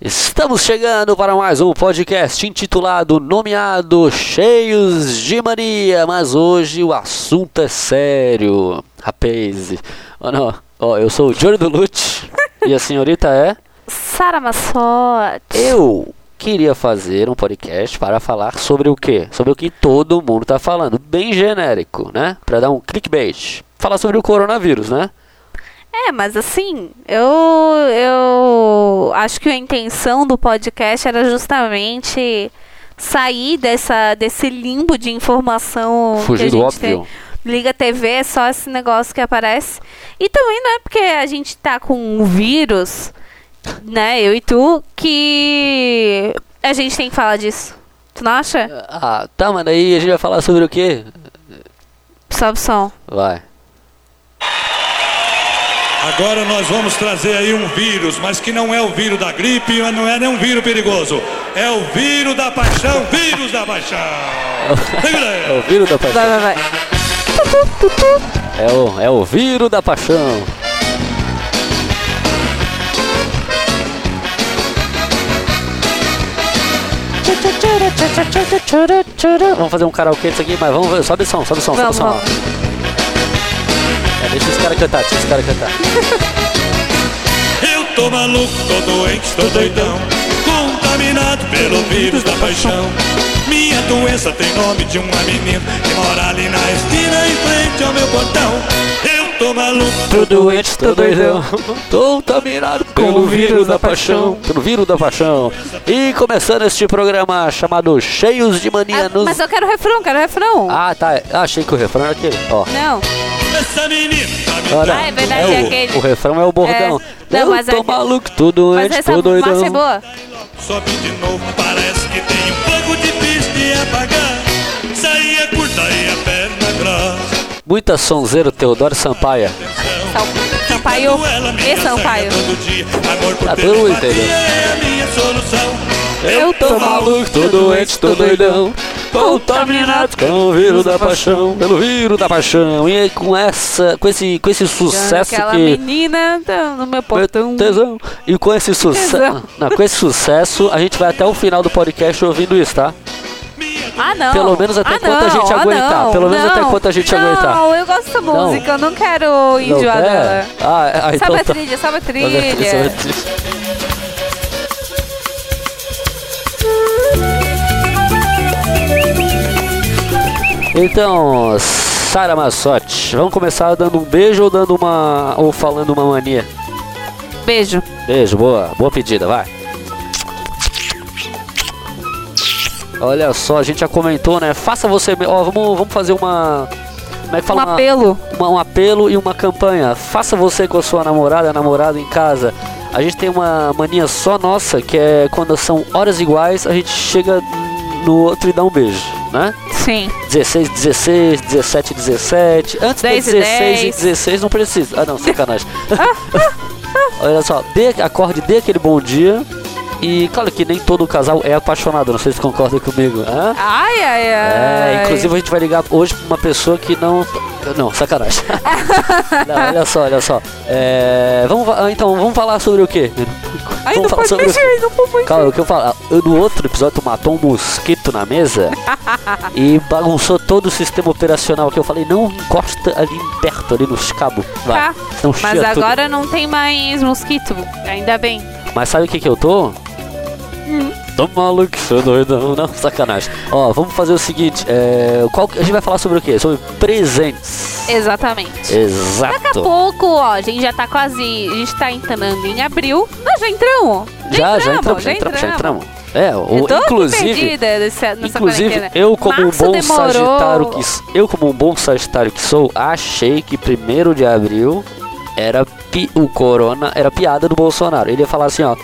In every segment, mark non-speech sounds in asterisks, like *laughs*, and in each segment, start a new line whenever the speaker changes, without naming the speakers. Estamos chegando para mais um podcast intitulado Nomeado Cheios de Mania, mas hoje o assunto é sério. Rapaz, mano, ó, eu sou o Johnny do Lute e a senhorita é.
Sara Massotti.
Eu queria fazer um podcast para falar sobre o quê? Sobre o que todo mundo tá falando, bem genérico, né? Para dar um clickbait. Falar sobre o coronavírus, né?
É, mas assim, eu, eu acho que a intenção do podcast era justamente sair dessa, desse limbo de informação
Fugir
que
do
a gente
óbvio.
tem. Liga TV, é só esse negócio que aparece. E também não é porque a gente tá com um vírus, né, eu e tu, que a gente tem que falar disso. Tu não acha?
Ah, tá, mas aí a gente vai falar sobre o quê?
Sobe o som.
Vai.
Agora nós vamos trazer aí um vírus, mas que não é o vírus da gripe, não é nem um vírus perigoso. É o vírus da paixão, vírus da paixão. Segura aí.
É o vírus da paixão.
Vai, vai, vai.
É o, é o vírus da paixão. Vamos fazer um karaokê disso aqui, mas vamos ver. Sobe o som, sobe o som, sobe o
Vamos,
som.
vamos.
É, deixa os caras cantar, deixa os caras cantar.
Eu tô maluco, tô doente, tô doidão. Contaminado pelo vírus da paixão. Minha doença tem nome de uma menina que mora ali na esquina em frente ao meu portão. Eu tô maluco,
Tô doente, tô doidão. *laughs* Contaminado pelo vírus da paixão. Pelo vírus da paixão. E começando este programa chamado Cheios de Mania
Ah,
nos.
mas eu quero refrão, quero refrão.
Ah, tá. Achei que o refrão era aquele. Ó.
Não.
essa menina tá me
Olha,
Ah, é verdade,
o,
aquele.
o refrão é o bordão.
Não,
eu
mas
tô
é-
maluco, tô doente,
Mas essa
tô doidão.
massa é boa.
Sobe de novo, parece que tem um pouco difícil de apagar. Saia curta e a perna grossa.
Muita sonzeiro, Teodoro Sampaio.
Sal- Sampaio.
Quando ela me
E Sampaio.
assanha todo dia, amor por
Tá
ter
tudo
empatia
entendendo.
é a minha solução.
Eu tô maluco, tô doente, tô doidão. Contaminado com o vírus da paixão, pelo vírus da paixão. E com essa, com esse, com esse sucesso
Aquela
que
menina tá no meu portão.
tesão. E com esse sucesso,
Tesão.
não, com esse sucesso, a gente vai até o final do podcast ouvindo isso, tá?
Ah, não.
Pelo menos até
ah,
quanto a
não.
gente
ah,
aguentar.
não.
Pelo menos
Não.
até quanto a gente
não,
aguentar.
Não, eu gosto dessa música. Eu não quero
Não,
enjoar
é?
dela.
Ah, é, ah, então
Sabe a
tá.
trilha, sabe a
Sabe a trilha, sabe a
trilha.
trilha. Então, Sara Massotti, vamos começar dando um beijo ou dando uma. ou falando uma mania?
Beijo.
Beijo, boa, boa pedida, vai. Olha só, a gente já comentou, né? Faça você. me- Ó, vamos, vamos fazer uma. Como é que fala?
um
Uma-
apelo.
uma- um apelo e uma campanha. Faça você com a sua namorada, namorado em casa. A gente tem uma mania só nossa, que é quando são horas iguais, a gente chega no outro e dá um beijo, né?
Sim.
16, 16, 17, 17. Antes de
10 e
16 e
10.
16 não precisa. Ah, não, sacanagem. Olha só, dê, acorde, dê aquele bom dia. E claro que nem todo casal é apaixonado, não sei se concordam comigo. né? Hã?
Ai, ai, ai.
É, inclusive a gente vai ligar hoje pra uma pessoa que não. Não,
*laughs*
sacanagem. Não, olha só, olha só. É, vamos, va- então, vamos falar sobre o quê?
Ai,
vamos
não
falar
pode
sobre o
mexer, não pode mexer.
Calma, o que eu falo? Ah, Eu, no outro episódio tu matou um mosquito na
*laughs*
mesa e bagunçou todo o sistema operacional que eu falei, não encosta ali perto, ali nos cabos. Vai.
Tá.
senão
Mas
chia tudo.
agora não tem mais mosquito. Ainda bem.
Mas sabe o que que eu tô? Tô maluco, sou doidão. *laughs* Não, sacanagem. Ó, vamos fazer o seguinte. É, qual, que- a gente vai falar sobre o quê? Sobre presentes.
Exatamente. Daqui a
Exato.
pouco, ó, a gente já tá quase. A gente tá entrando em abril. Nós já entramos.
Já, já entramos, já entramos, já entramos. É,
Eu
o,
tô
inclusive,
perdida dessa, nessa
inclusive
quarentena.
eu como um
Março
bom
demorou.
sagitário que s- eu como um bom sagitário que sou, achei que 1 de abril era pi- o corona, era piada do Bolsonaro. Ele ia falar assim, ó: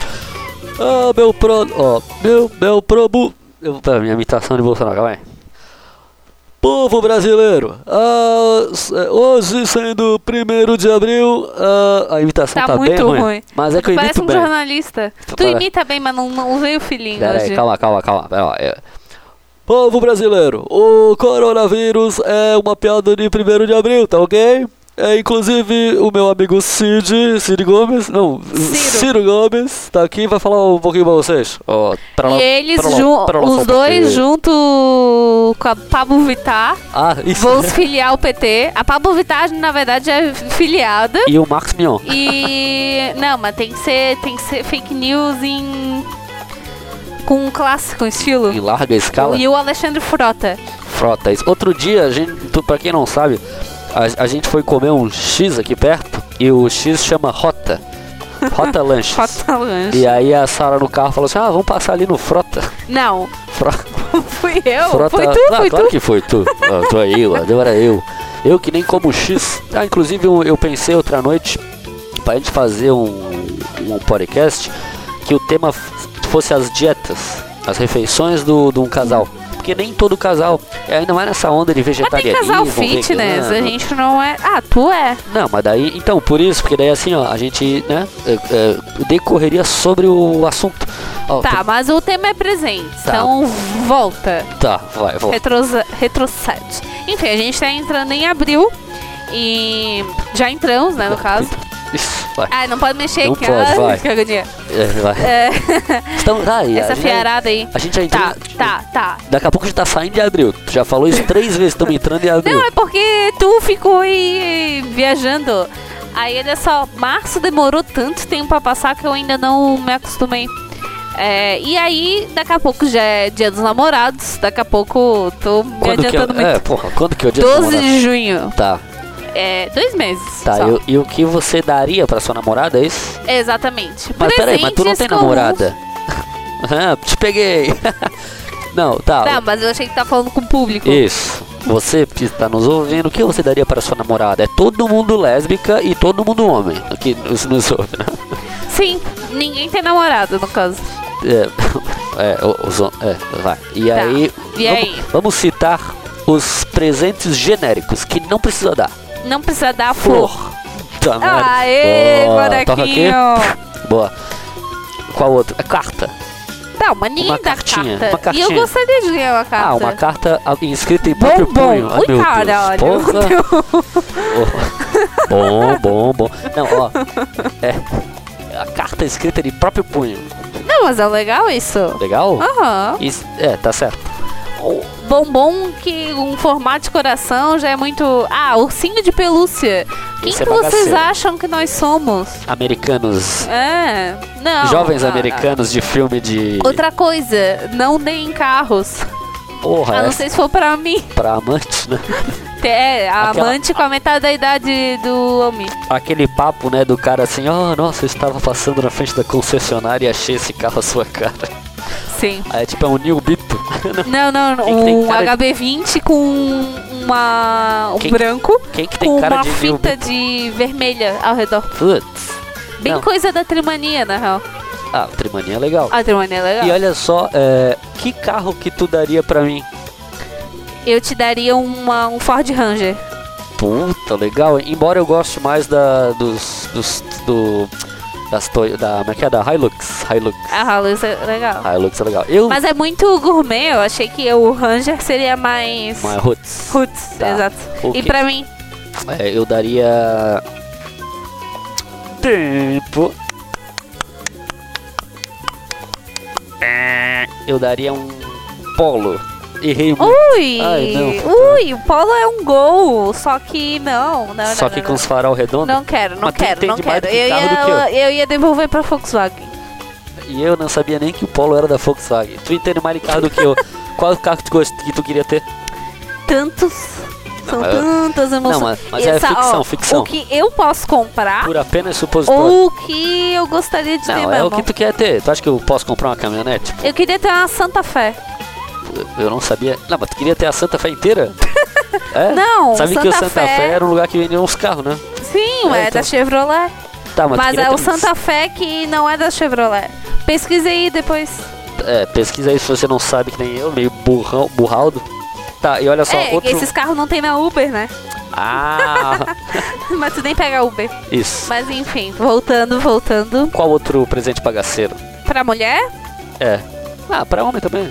"Ah, meu pro, ó, meu meu probo, eu, pera, minha imitação de Bolsonaro, calma aí. Povo brasileiro, ah, s- eh, hoje sendo 1 de abril, ah, a imitação tá,
Tá
bem
muito
ruim,
ruim.
mas é que eu
Parece
imito
um
bem.
jornalista. Tu
Pera-
imita bem, mas não, não veio o filhinho
Pera aí,
hoje.
calma, calma, calma. Pera lá, é. Povo brasileiro, o coronavírus é uma piada de 1 de abril, tá ok? É, inclusive, o meu amigo Cid, Cid Gomes, não, Ciro, Gomes, tá aqui e vai falar um pouquinho pra vocês. Ó, pra lá-
e eles,
pra lá-
jun-
pra lá só um
os dois
pouquinho.
junto com a Pablo Vittar,
Ah, isso.
vão
*laughs*
se filiar ao PT. A Pablo Vittar, na verdade, é filiada.
E o Marcos Mion.
E. Não, mas tem que ser, tem que ser fake news em. com um clássico estilo.
Em larga escala.
E o Alexandre Frota.
Frota. isso. Outro dia, a gente, tu- pra quem não sabe, a, a gente foi comer um X aqui perto e o X chama Rota. Rota
*laughs*
Lanches.
Frota
*laughs*
Lanche.
E aí a Sara no carro falou assim: ah, vamos passar ali no Frota.
Não,
Fro-
fui eu.
Frota.
Foi tu,
Ah,
foi
claro
tu.
que foi tu. Ah, tu aí, Ladeu, era eu. Eu que nem como X. Ah, inclusive, eu, eu pensei outra noite pra gente fazer um, um podcast que o tema f- fosse as dietas, as refeições do- de um casal. Porque nem todo casal, é, ainda mais nessa onda de
Mas tem
vegetarianismo.
casal fitness, a
vegano.
gente não é. Ah, tu é.
Não, mas daí, então, por isso, porque daí assim, ó, a gente, né, é, é, decorreria sobre o assunto. Ó,
Tá, mas o tema é presente.
Tá.
Então volta.
tu- Tá, vai,
É
vou.
Retrosa- retrocede. Enfim, a gente tá entrando em abril. E já entramos, né, no caso.
Isso, vai.
Ah, não pode mexer
Não
que,
pode,
ah,
vai.
*laughs* que agonia.
É, vai.
É,
Então, tá aí. a
essa
gente já-
fiarada aí.
A gente já entrou.
Tá, tá, tá.
Daqui a pouco a gente tá saindo de abril. Tu já falou isso três vezes, estamos entrando em abril.
Não, é porque tu ficou aí viajando. Aí olha só, março demorou tanto tempo pra passar que eu ainda não me acostumei. É, e aí, daqui a pouco já é dia dos namorados, daqui a pouco tô me
quando que eu,
adiantando
É,
muito.
porra, quando que eu dia dos
12
namorados?
de junho.
Tá,
É, dois meses.
tá.
só.
eu- e o que você daria pra sua namorada, é isso?
Exatamente.
Mas peraí, mas tu não
Presentes
tem
comuns.
namorada? *laughs* Ah, te peguei. *laughs* não, tá.
Não, mas eu achei que tá falando com o público.
Isso. Você que está nos ouvindo, o que você daria para sua namorada? É todo mundo lésbica e todo mundo homem que nos, nos ouve, né?
Sim, ninguém tem namorado, no caso.
É, *laughs* é, o- os hom- é, vai. E
Tá.
aí,
E
vamos,
aí?
vamos citar os presentes genéricos que não precisa dar.
Não precisa dar flor.
Tá, merda.
Aê,
Boa, toca aqui.
Guaraquinho!
Boa. Qual outro? É carta.
Não, mas ninguém
Uma
dá
cartinha,
Tá, carta.
uma
E eu
cartinha.
gostaria de ganhar uma carta.
Ah, uma carta ah, inscrita em próprio punho.
Bombom.
Ai,
Ui,
meu
cara, olha.
Deus. Porra.
Deus.
Oh. *laughs* Bom, bom, bom. Não, ó. É. A carta escrita de próprio punho.
Não, mas é legal isso.
Legal?
Aham.
Isso- é, tá certo.
Bombom que um formato de coração já é muito... Ah, ursinho de pelúcia. Quem
Isso
que
é
vocês
bagaceiro.
acham que nós somos?
Americanos.
É, não.
jovens
ah,
americanos de filme de.
Outra coisa, não deem carros.
Porra,
A Ah, não
essa
ser se for pra mim. *laughs*
pra amante, né?
É, a
Aquela-
amante com a metade da idade do homem.
Aquele papo, né, do cara assim, oh, nossa, eu estava passando na frente da concessionária e achei esse carro à sua cara.
Sim.
Aí é tipo é um New Beetle. *laughs*
Não, não,
Quem que tem
um
cara
HB20 com uma. um
Quem-
branco
Quem que tem
com
cara
uma
de New
fita de vermelha ao redor.
Beetle? Putz.
Bem
Não.
coisa da trimania, na real.
Ah, Trimania é legal.
A trimania é legal.
E olha só, é, que carro que tu daria pra mim?
Eu te daria uma, um Ford Ranger.
Puta, legal. hein? Embora eu goste mais da dos, dos do das Toy- da como é que é da Hilux, Hilux.
A Hilux é legal.
Hilux é legal. Eu
Mas é muito gourmet, eu achei que o Ranger seria mais.
mas Roots.
Roots,
Tá.
exato.
O
E
que-
pra mim,
É, eu daria tempo. É, Eu daria um Polo. Errei um. muito.
ui!
Ai,
ui, o Polo é um gol, só que não, não,
Só
não,
que
não,
com
não.
os farol redondo.
Não quero, não
Mas tu
quero, não
entende mais
quero.
do que
Eu
carro do
ia,
que
eu ia devolver pra Volkswagen.
E eu não sabia nem que o Polo era da Volkswagen. Tu entende mais de carro do que
*laughs*
eu. Qual carro que tu, gost... que tu queria ter?
Tantos. São
mas- é-
tantas emoções.
Não, mas- mas é ficção, ficção.
O que eu posso comprar
Por apenas supositório.
ou o que eu gostaria de ter
Não,
mesmo.
é o que tu quer ter. Tu acha que eu posso comprar uma caminhonete?
Eu queria ter uma Santa Fé.
Eu não sabia. Não, mas tu queria ter a Santa Fé inteira?
*laughs*
É?
Não,
Sabe que o
Santa
Santa Fé...
Fé
era um lugar que vendia uns carros, né?
Sim,
É,
é,
então.
da Chevrolet.
Tá, mas, tu
Mas
queria
é o
ter-
Santa Fé que não é da Chevrolet. Pesquise aí depois.
É, pesquisa aí se você não sabe que nem eu, meio burrão, burraldo. Tá, e olha só,
é,
outro.
esses carros não tem na Uber, né? *laughs*
Ah,
Mas tu nem pega Uber.
isso.
Mas enfim, voltando, voltando.
Qual outro presente bagaceiro?
Pra mulher,
É. Ah, pra homem também.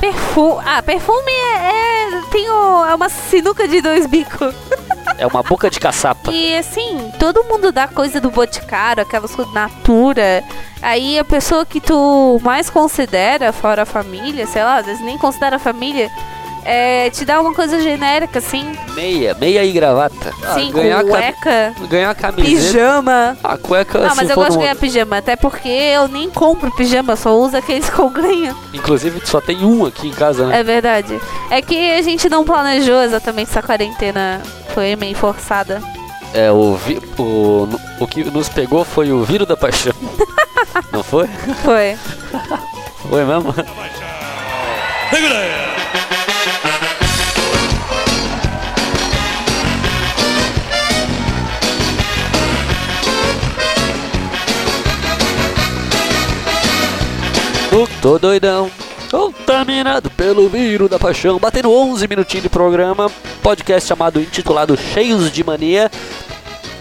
Perfume. Ah, perfume é. é- tem o- é uma sinuca de dois bicos. *laughs*
É uma boca de caçapa.
E assim, todo mundo dá coisa do Boticário, aquelas coisas natura. Aí a pessoa que tu mais considera, fora a família, sei lá, às vezes nem considera a família, é, te dá uma coisa genérica, assim.
Meia, meia e gravata. Ah,
Sim,
ganhar a cami-
cueca,
ganhar a camiseta.
pijama.
A cueca,
Não,
se
mas eu
for
gosto de
numa-
ganhar pijama, até porque eu nem compro pijama, só uso aqueles *laughs* que eu ganho.
Inclusive, só tem um aqui em casa, né?
É verdade. É que a gente não planejou exatamente essa quarentena. Foi meio forçada.
É, o, vi- o, o que nos pegou foi o vírus da paixão.
*laughs*
Não foi?
Foi.
Foi mesmo?
Segura aí.
Eu tô doidão. Contaminado pelo vírus da paixão. Batendo 11 minutinhos de programa. Podcast chamado intitulado Cheios de Mania.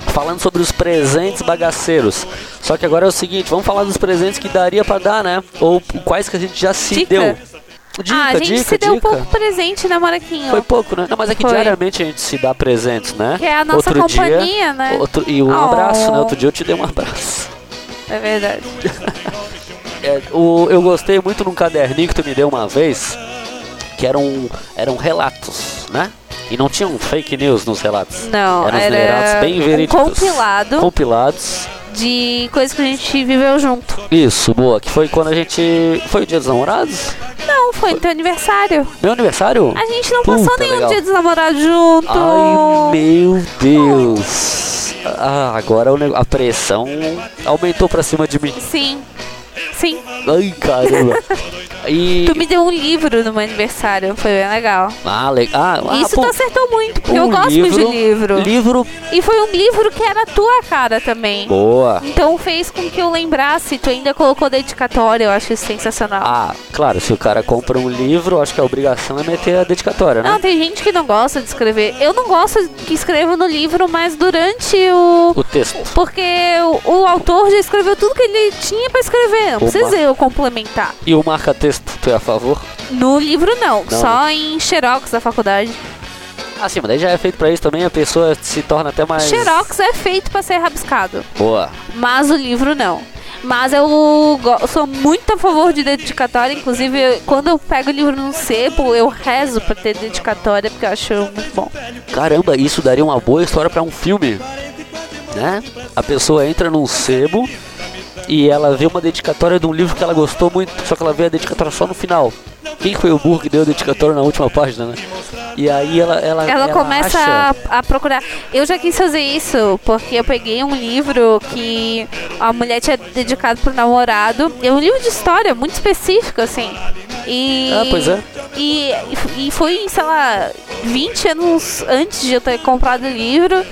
Falando sobre os presentes bagaceiros. Só que agora é o seguinte, vamos falar dos presentes que daria pra dar, né? Ou quais que a gente já se
Dica.
deu. Dica,
ah, a gente
dica,
se
dica.
deu pouco presente, né, Moraquinho?
Foi pouco, né? Não, mas é que
Foi.
diariamente a gente se dá presentes, né?
Que é a nossa
Outro dia-
companhia, né?
Outro, e um
Oh.
abraço, né? Outro dia eu te dei um abraço.
É verdade.
É, o- eu gostei muito num caderninho que tu me deu uma vez, que eram, eram relatos, né? E não tinham fake news nos relatos.
Não,
eram os relatos
era
bem
um
verídicos.
compilado
Compilados.
de coisas que a gente viveu junto.
Isso, boa. Que foi quando a gente. Foi o dia dos namorados?
Não, foi no teu aniversário.
Meu aniversário?
A gente não
Puta,
passou nenhum
legal.
dia dos namorados junto.
Ai, meu Deus. Ah, agora o nego- a pressão aumentou pra cima de mim.
Sim. Sim.
Ai,
*laughs*
caramba. E...
Tu me deu um livro no meu aniversário. Foi bem legal.
Ah, legal. Ah,
Isso
pô,
tu acertou muito, porque eu
um
gosto muito de livro.
Livro,
E foi um livro que era a tua cara também.
boa.
Então fez com que eu lembrasse. Tu ainda colocou dedicatória, eu acho isso sensacional.
Ah, claro, se o cara compra um livro, acho que a obrigação é meter a dedicatória, né?
Não, tem gente que não gosta de escrever. Eu não gosto que escreva no livro, mas durante o.
O texto.
Porque o, o autor já escreveu tudo que ele tinha pra escrever. Não
Opa.
precisa eu complementar.
E o marca-texto, tu é a favor?
No livro, não.
Não.
Só em xerox da faculdade.
Ah, sim, mas daí já é feito pra isso também, a pessoa se torna até mais...
Xerox é feito pra ser rabiscado.
Boa.
Mas o livro não. Mas eu go- sou muito a favor de dedicatória. Inclusive, eu- quando eu pego o livro num sebo, eu rezo pra ter dedicatória, porque eu acho muito bom.
Caramba, isso daria uma boa história pra um filme, né? A pessoa entra num sebo e ela vê uma dedicatória de um livro que ela gostou muito, só que ela vê a dedicatória só no final. Quem foi o burro que deu a dedicatória na última página, né? E aí ela... Ela,
Ela começa
acha-
a, a procurar. Eu já quis fazer isso, porque eu peguei um livro que a mulher tinha dedicado pro namorado. É um livro de história muito específico, assim. E,
Ah, pois é.
E, e foi, sei lá, 20 anos antes de eu ter comprado o livro.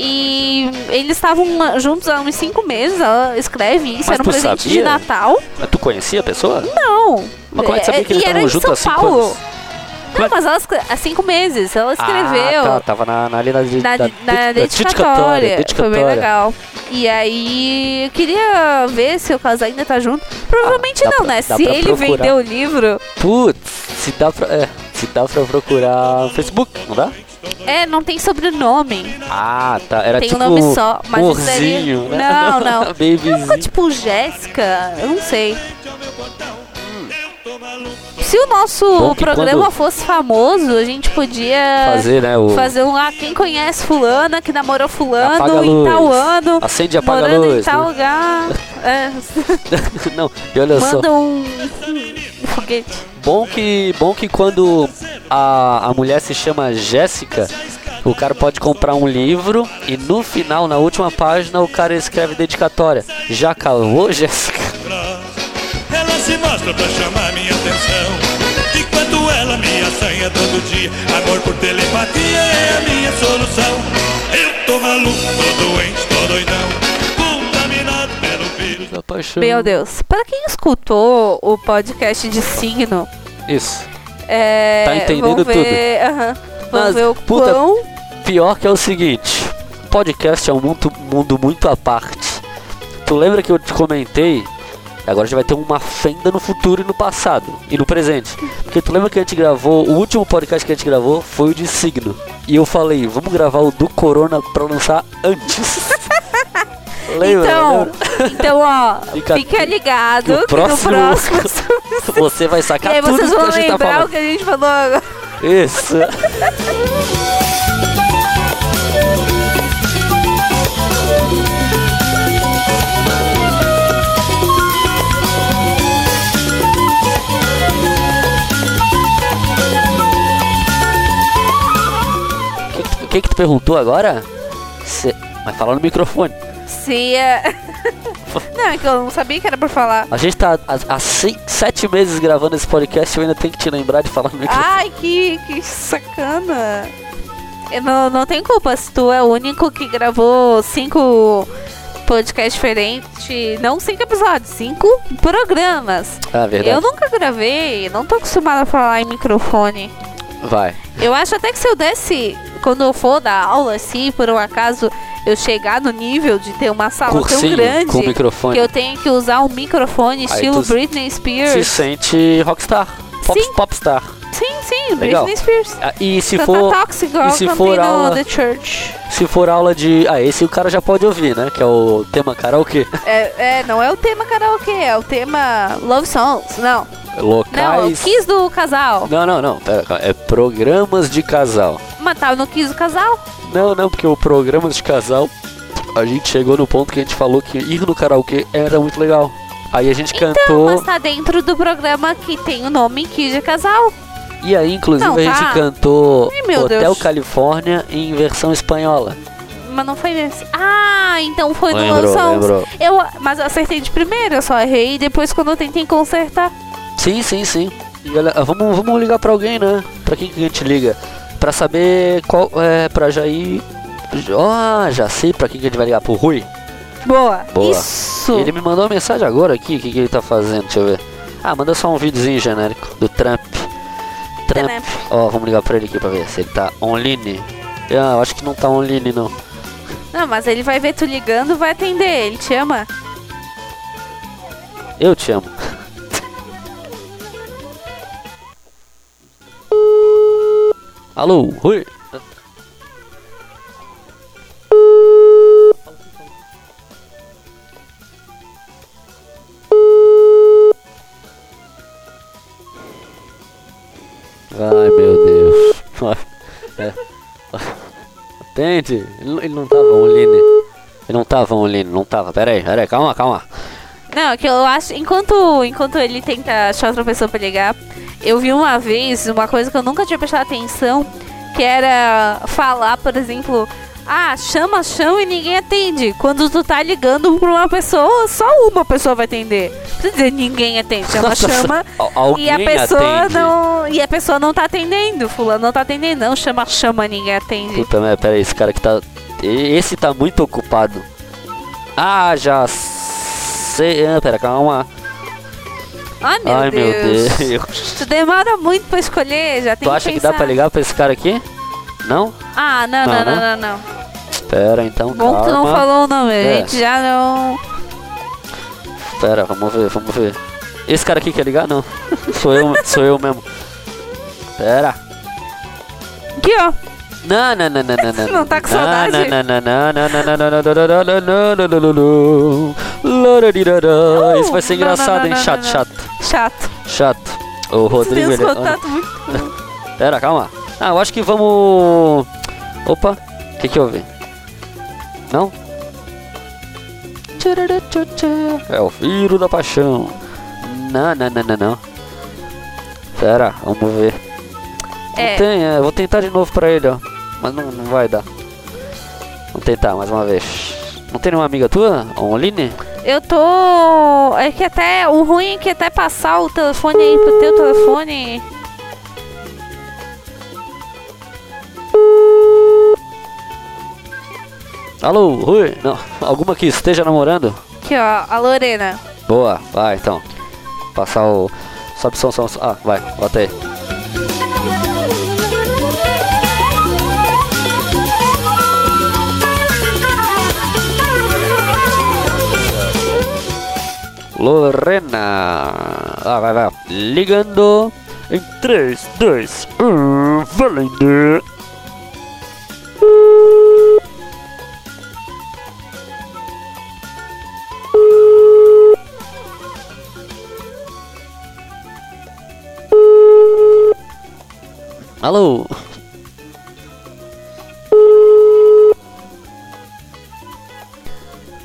E eles estavam juntos há uns 5 meses. Ela escreve
Mas
isso, era um
tu
presente de
sabia?
Natal.
Mas tu conhecia a pessoa?
Não.
Mas como é que sabia que
e
eles
era
estavam
de
juntos há
São
cinco
Paulo.
anos?
Não,
Mas-
mas ela, escre- há cinco meses, ela escreveu
Ah, tá, tava na, na, ali na,
na,
da-
na
da
dedicatória. Foi bem
dedicatória.
legal. E aí, eu queria ver se o casal ainda tá junto. Provavelmente
Ah, dá
não,
pra-
né?
dá
Se
pra
ele
procurar.
vendeu o livro.
Putz, se dá pra. É, se dá pra procurar no Facebook, não dá?
É, não tem sobrenome.
Ah, tá. Era
tem
tipo
um nome só. Mas
um
isso daí-
ursinho, né? *laughs*
Não, não.
Babyzinho.
Não ficou tipo Jéssica? Eu não sei. Se o nosso
Bom que
programa
quando-
fosse famoso, a gente podia
Fazer, né? O...
fazer um. Ah, quem conhece Fulana, que
Apaga
namorou
a
Fulano em
luz.
tal ano.
Acende e apaga a
morando
luz.
em tal
né?
lugar. É.
*laughs* não, e olha só.
Manda um foguete.
Bom que, bom que quando a, a mulher se chama Jéssica, o cara pode comprar um livro e no final, na última página, o cara escreve dedicatória. Já calou, *laughs* Jéssica?
Ela se mostra pra chamar minha atenção. Enquanto ela me assanha todo dia, amor por telepatia é a minha solução. Eu tô maluco, tô doente, tô doidão, contaminado pelo vírus.
Da paixão.
Meu Deus. Para quem escutou o podcast de signo,
Isso.
é,
Tá entendendo
vão ver, aham, vão
Mas,
ver o
puta-
quão
Pior que é o seguinte, podcast é um mundo, mundo muito à parte. Tu lembra que eu te comentei Agora a gente vai ter uma fenda no futuro e no passado. E no presente. Porque tu lembra que a gente gravou, o último podcast que a gente gravou foi o de signo. E eu falei, vamos gravar o do Corona pra lançar
*laughs*
antes. lembra?
Então,
lembra?
então, ó,
*laughs* Fica-
fica, ligado
que o
que
próximo-
no
*laughs*
próximo.
Você vai
e
sacar
aí
tudo
vocês
que
vão
a gente tá
lembrar o
falando.
que a gente falou agora. *laughs*
Isso. O que que tu- O que, que tu perguntou agora? Cê... Vai falar no microfone.
Se é... *laughs* Não, é que eu não sabia que era pra falar.
A gente tá há há seis- sete meses gravando esse podcast eu ainda tenho que te lembrar de falar no microfone.
Ai, que, que sacana. Eu não, não tem culpa se tu é o único que gravou cinco podcasts diferentes. Não cinco episódios, cinco programas.
Ah, verdade.
Eu nunca gravei, não tô acostumada a falar em microfone.
Vai.
Eu acho até que se eu desse, quando eu for dar aula, assim, por um acaso eu chegar no nível de ter uma sala
Cursinho
tão grande
com microfone.
que eu tenho que usar um microfone estilo
tu
Britney
se
Spears.
sente rockstar. Pop,
Sim.
popstar.
Sim, sim,
Legal.
Britney Spears.
Ah, E se
Canta
for,
Toxic
e
Girl
se
Can't
for
Be No
aula-
The Church.
se for aula de. Ah, esse o cara já pode ouvir, né? Que é o tema karaokê. *laughs*
É, é, não é o tema karaokê, é o tema Love Songs. Não, não, é o
Locais.
Kiss do casal.
Não, não, não. Pera, calma. é programas de casal.
Mas tava no Kiss do casal.
Não, não, porque o programas de casal. A gente chegou no ponto que a gente falou que ir no karaokê era muito legal. Aí a gente
Então,
cantou.
mas tá dentro do programa que tem o nome Kiss de casal.
E aí, inclusive,
Não,
a gente
tá.
cantou
Ai, meu
Hotel
Deus.
Califórnia em versão espanhola.
Mas não foi nesse. Ah, então foi no
Lembrou,
Love Songs.
lembrou.
Eu, mas eu acertei de primeira, eu só errei. E depois, quando eu tentei consertar,
Sim, sim, sim. E olha, ah, vamos, vamos ligar pra alguém, né? Pra quem que a gente liga? Pra saber qual é, pra já ir. Ah, já sei pra quem que a gente vai ligar, pro Rui.
boa.
Boa.
Isso.
Ele me mandou uma mensagem agora aqui, o que, que ele tá fazendo, deixa eu ver. Ah, manda só um videozinho genérico do Trump. Trump.
Trump.
Ó, vamos ligar pra ele aqui pra ver se ele tá online. Ah, eu acho que não tá online não.
Não, mas ele vai ver tu ligando, vai atender. Ele te ama.
Eu te amo. *laughs* Alô, Rui? Ai, meu Deus. *laughs* É. Entende? Ele não- Ele não tava online. Ele não tava online, não tava. Pera aí, pera aí, calma, calma.
Não, é que eu acho. Enquanto, enquanto ele tenta achar outra pessoa pra ligar, eu vi uma vez uma coisa que eu nunca tinha prestado atenção, que era falar, por exemplo, ah, chama, chama e ninguém atende. Quando tu tá ligando pra uma pessoa, só uma pessoa vai atender. Não precisa dizer ninguém atende, chama, chama.
Al- alguém
E a pessoa
atende.
não. E a pessoa não tá atendendo. Fulano não tá atendendo, não. Chama, chama, ninguém atende.
Puta merda, pera aí, esse cara que tá. e- Esse tá muito ocupado. Ah, já sei. Ah, pera, calma.
Ai, meu
Ai,
Deus.
meu Deus.
Tu demora muito pra escolher, já tem
Tu acha que dá
pensar.
pra ligar pra esse cara aqui? Não?
Ah, não,
Não,
não, não,
né?
não, não.
Pera, então.
Bom
calma.
que tu não falou o nome, a
É.
gente já não.
Pera, vamos ver, vamos ver. Esse cara aqui quer ligar? Não. sou eu, sou eu mesmo. Pera.
Aqui, ó.
Não, não, não, não, não, não.
Não tá com saudade?
Não, não, não, não, não, não, não, não, não, não, não, não, não, não, não, não. Lararirará.
Não,
Isso vai ser
não, não,
engraçado,
não,
hein?
não,
Chato,
não.
chato.
Chato.
Chato. O Rodrigo, ele...
Rodrigo,
é
Tem uns contatos muito.
Ah, Pera, calma. Ah, eu acho que vamos... Opa, o que que houve? Não? É o filho da paixão. Não, não, não, não, não. Pera, vamos ver. Não
É.
tem, é, vou tentar de novo pra ele, ó. Mas não, não vai dar. Vou tentar mais uma vez. Não tem nenhuma amiga tua? um Online?
Eu tô. É que até. O ruim é que até passar o telefone aí pro teu telefone.
Alô, Rui? Não. Alguma que esteja namorando?
Aqui, ó. A Lorena.
Boa, vai então. Passar o. Sobe som, som, som. Ah, vai, bota aí. Lorena. Ah, vai, vai. Ligando. Em 3, 2, 1, valendo. Alô?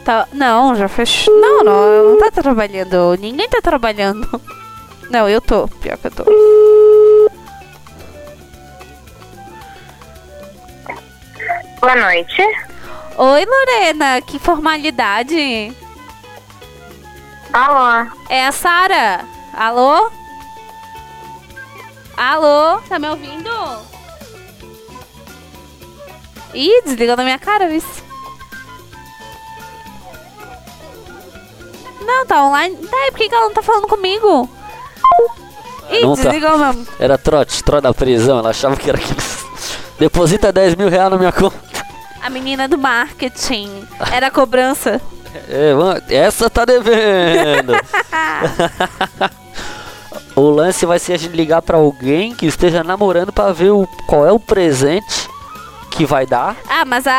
Tá, não, já fechou. Não, não, não tá trabalhando. Ninguém tá trabalhando. *laughs* Não, eu tô. Pior que eu tô.
Boa noite.
Oi, Lorena, que formalidade.
Alô.
É a Sara. Alô? Alô? Tá me ouvindo? Ih, desligou na minha cara, vice. Não, tá online. Tá, e por que que ela não tá falando comigo? Ih,
Não tá.
desligou mesmo.
Era trote, trote da prisão. Ela achava que era que. Deposita 10 mil reais na minha conta.
A menina do marketing. Era cobrança.
É, mano, essa tá devendo. o lance vai ser a gente ligar pra alguém que esteja namorando pra ver o- qual é o presente que vai dar.
Ah, mas a,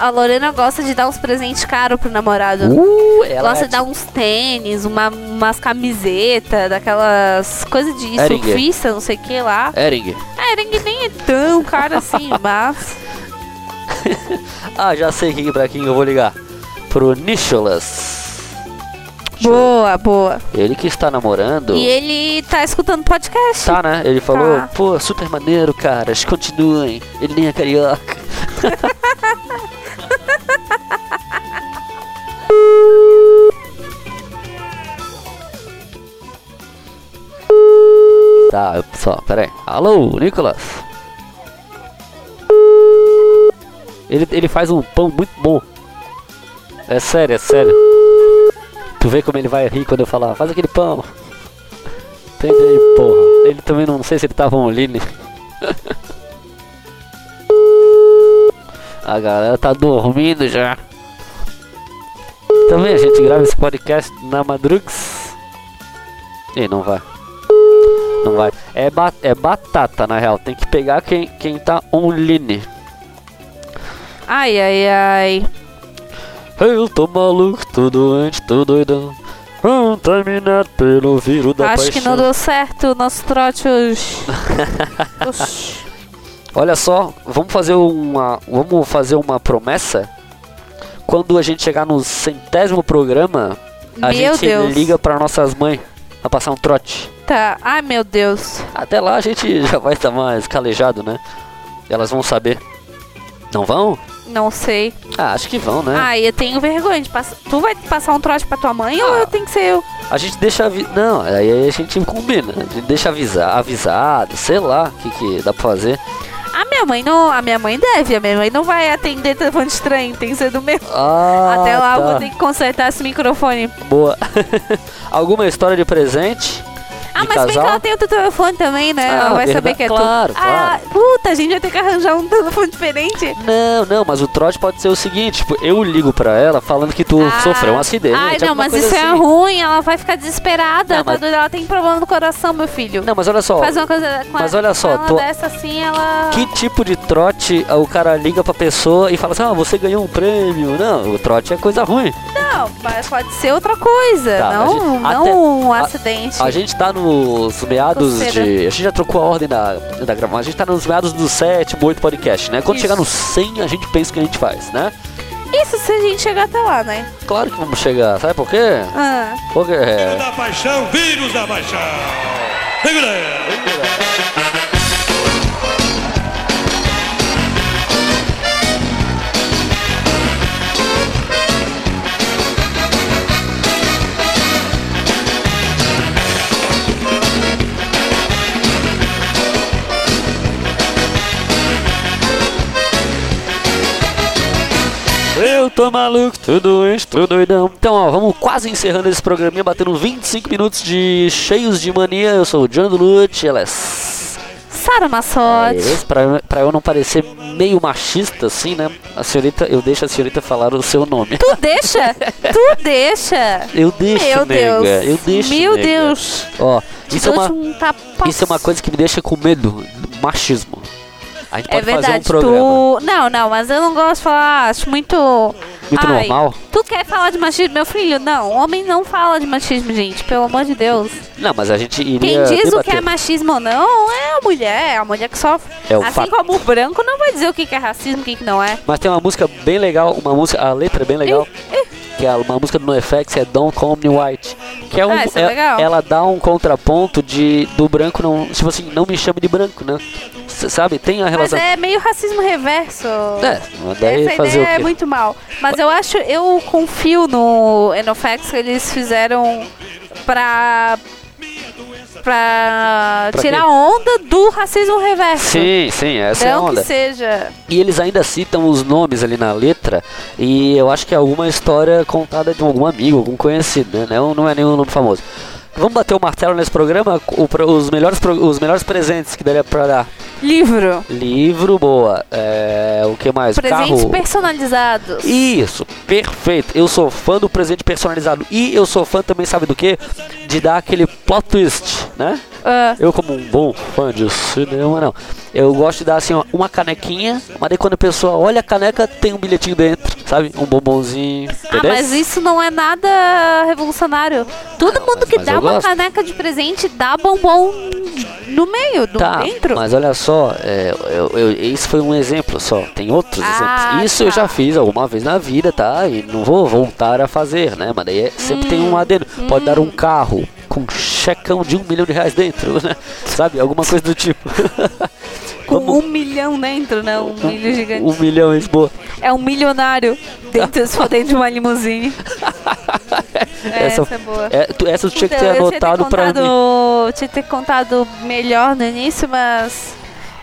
a, a Lorena gosta de dar uns presentes caros pro namorado.
Uh, ela
gosta
é
de dar uns tênis, uma, umas camisetas, daquelas coisas de
Hering.
surfista, não sei o que lá.
Ering.
Ah, Ering nem é tão
*laughs*
caro assim, mas.
Ah, já sei quem, pra quem eu vou ligar. Pro Nicholas.
Boa, boa.
Ele que está namorando.
E ele tá escutando podcast.
Tá, né? Ele falou,
Tá.
pô, super maneiro, caras, continuem. Ele nem é carioca. *laughs* tá, eu- só, peraí. Alô, Nicolas? Ele, ele faz um pão muito bom. É sério, é sério. Tu vê como ele vai rir quando eu falar, faz aquele pão. Tem aí, porra. Ele também não sei se ele tava online. *laughs* A galera tá dormindo já. Também a gente grava esse podcast na Madrugs. Ih, não vai. Não vai. É, ba é batata, na real. Tem que pegar quem, quem tá online.
Ai, ai, ai.
Eu tô maluco, tô doente, tô doidão. Contaminado pelo vírus da
Acho
paixão.
que não deu certo o nosso
*laughs*
trote hoje. Oxi.
Olha só, vamos fazer uma, vamos fazer uma promessa. Quando a gente chegar no centésimo programa, a
Meu
gente
Deus.
liga para nossas mães pra passar um trote.
Tá. Ai, meu Deus.
Até lá a gente *laughs* já vai estar mais calejado, né? Elas vão saber. Não vão?
Não sei.
Ah, acho que vão, né?
Ai, eu tenho vergonha de passar. Tu vai passar um trote pra tua mãe
Ah.
ou eu tenho que ser eu?
A gente deixa avi... não, aí a gente combina. A gente deixa avisar, avisado, sei lá, o que que dá pra fazer.
A minha mãe não. A minha mãe deve. A minha mãe não vai atender telefone estranho. Tem que ser do meu.
Ah,
Até lá eu
tá.
vou ter que consertar esse microfone.
Boa. *laughs* Alguma história de presente?
Ah,
de
mas bem que
casal?
ela tem outro telefone também, né?
Ah,
ela vai
verdade.
saber que é
Claro,
tu. Ah, puta, a gente vai ter que arranjar um *laughs* telefone diferente.
Não, não, mas o trote pode ser o seguinte, tipo, eu ligo pra ela falando que tu
Ah.
sofreu um acidente.
Ai, não,
alguma
mas
coisa
isso é
assim.
ruim, ela vai ficar desesperada.
Não,
tá
mas-
doida, Ela tem problema no coração, meu filho.
Não, mas olha só,
Faz uma coisa com
mas
ela-
olha só,
com ela
tô-
dessa assim, ela.
que tipo de trote ah, o cara liga pra pessoa e fala assim, ah, você ganhou um prêmio. Não, o trote é coisa ruim.
Não, mas pode ser outra coisa.
Tá,
não
a gente-
não
até-
um
a-
acidente.
A gente tá nos meados
Coceira.
de... A gente já trocou a ordem da, da gravação, a gente tá nos meados do sétimo, oito podcast, né? Quando
Isso.
chegar no 100, a gente pensa o que a gente faz, né?
Isso se a gente chegar até lá, né?
Claro que vamos chegar, sabe por quê?
Ah.
Porque... é,
Vírus da paixão, vírus da paixão. Segura aí.
Eu tô maluco, tudo isso, tudo doidão. Então, ó, vamos quase encerrando esse programinha, batendo 25 minutos de cheios de mania. Eu sou o Johnny do Lute, ela é S-
Saramazzotti.
Beleza? Pra, pra eu não parecer meio machista assim, né? A senhorita, eu deixo a senhorita falar o seu nome.
Tu deixa? tu deixa?
Eu deixo,
Meu
nega.
Deus.
Eu deixo.
Meu
nega.
Deus.
Ó,
Te
isso é,
dou
uma,
de um tapa-
isso é uma coisa que me deixa com medo. Machismo. A gente
É
pode fazer um
verdade,
programa.
tu. Não, não, mas eu não gosto de falar, acho muito.
Muito
Ai,
normal?
Tu quer falar de machismo, meu filho? Não, homem não fala de machismo, gente, pelo amor de Deus.
Não, mas a gente iria.
Quem diz
debater.
o que é machismo ou não é a mulher, é a mulher que sofre.
É um
assim
fato.
como o branco não vai dizer o que que é racismo, o que que não é.
Mas tem uma música bem legal, uma música, a letra é bem legal, que é uma música do NoFX, é Don't Call Me White, que é um,
Ah, essa é legal.
ela dá um contraponto de do branco não, tipo assim, não me chame de branco, né? S- sabe? Tem a
Mas
relação.
é meio racismo reverso.
É, mas daí
Essa
fazer o
ideia
quê?
é muito mal. Mas eu acho, eu confio no Enofax que eles fizeram pra. pra,
Pra
tirar
quê?
onda do racismo reverso.
Sim, sim, essa é a
Não
onda.
que seja.
E eles ainda citam os nomes ali na letra, e eu acho que é alguma história contada de algum amigo, algum conhecido, né? Não, não é nenhum nome famoso. Vamos bater o martelo nesse programa, o pro- os, melhores, pro- os melhores presentes que daria pra dar.
Livro.
Livro, boa. É, o que mais?
Presentes
Carro.
personalizados.
Isso, perfeito. Eu sou fã do presente personalizado. E eu sou fã também, sabe do quê? De dar aquele plot twist, né?
Ah,
Eu, como um bom fã de cinema, não. Eu gosto de dar assim, ó, uma canequinha, mas daí quando a pessoa olha a caneca, tem um bilhetinho dentro, sabe? Um bombonzinho.
ah,
entendeu?
mas isso não é nada revolucionário. Todo mundo
mas-
que
mas
dá
eu
uma
gosto.
caneca de presente dá bombom no meio, no
Tá,
dentro.
mas olha só, é, eu, eu- esse foi um exemplo só, tem outros
Ah,
exemplos. Isso eu
tá.
já fiz alguma vez na vida, tá? E não vou voltar a fazer, né? Mas daí é- sempre tem
Hum,
um adendo. Pode dar um carro com checão de um milhão de reais dentro,
*laughs*
né? Sabe? Alguma coisa do tipo.
Com
Vamos-
um milhão dentro, né? Um milho gigante.
Um milhão, isso, boa.
É um milionário dentro, só dentro de
*laughs*
uma limusine. É, essa, é boa.
é, tu- essa tu tinha que
Puta,
ter
eu tinha
anotado pra
contado-
mim.
Tinha que ter contado melhor no início, mas...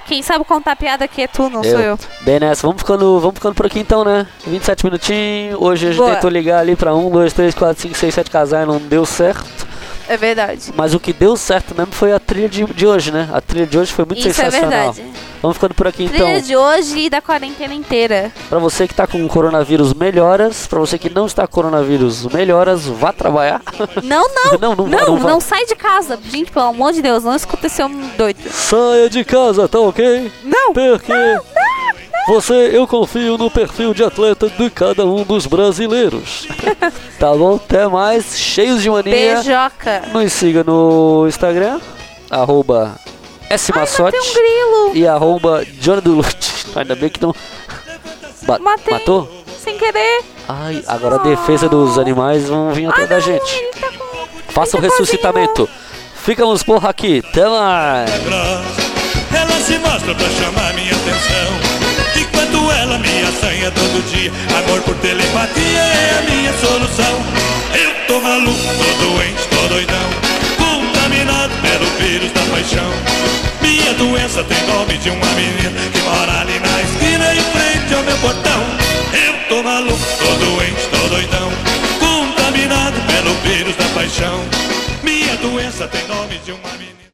Quem sabe contar piada aqui é tu, não sou eu.
Bem nessa, vamos ficando, vamos ficando por aqui então, né? 27 minutinhos. Hoje a gente
Boa.
tentou ligar ali pra 1, 2, 3, 4, 5, 6, 7 casais, não deu certo.
É verdade.
Mas o que deu certo mesmo foi a trilha de, de hoje, né? A trilha de hoje foi muito
Isso é
sensacional.
verdade.
Vamos ficando por aqui então.
Trilha de hoje e da quarentena inteira.
Pra você que tá com coronavírus, melhoras. Pra você que não está com coronavírus, melhoras. Vá
*laughs*
trabalhar. *laughs*
Não, não.
Não, não vá,
não,
não vá.
sai de casa. Gente, pelo amor de Deus, não escuta esse homem doido.
Saia de casa, tá ok?
Não.
Porque você, eu confio no perfil de atleta de cada um dos
*laughs*
brasileiros. tá bom? Até mais. Cheios de mania.
Beijoca.
Nos siga no Instagram, arroba
Ai,
smassote.
tem um grilo.
e arroba Johnny do Lute. Ainda bem que não. Ba-
Matei.
Matou?
Sem querer.
Ai, agora a defesa dos animais vão vir atrás da
Ah, não,
gente.
ele tá com...
Faça o
ele tá
ressuscitamento. Ficamos porra aqui. Até mais.
Ela se mostra pra chamar minha atenção. Enquanto ela me assanha todo dia, amor por telepatia é a minha solução. Eu tô maluco, tô doente, tô doidão, contaminado pelo vírus da paixão. Minha doença tem nome de uma menina que mora ali na esquina em frente ao meu portão. Eu tô maluco, tô doente, tô doidão, contaminado pelo vírus da paixão. Minha doença tem nome de uma menina.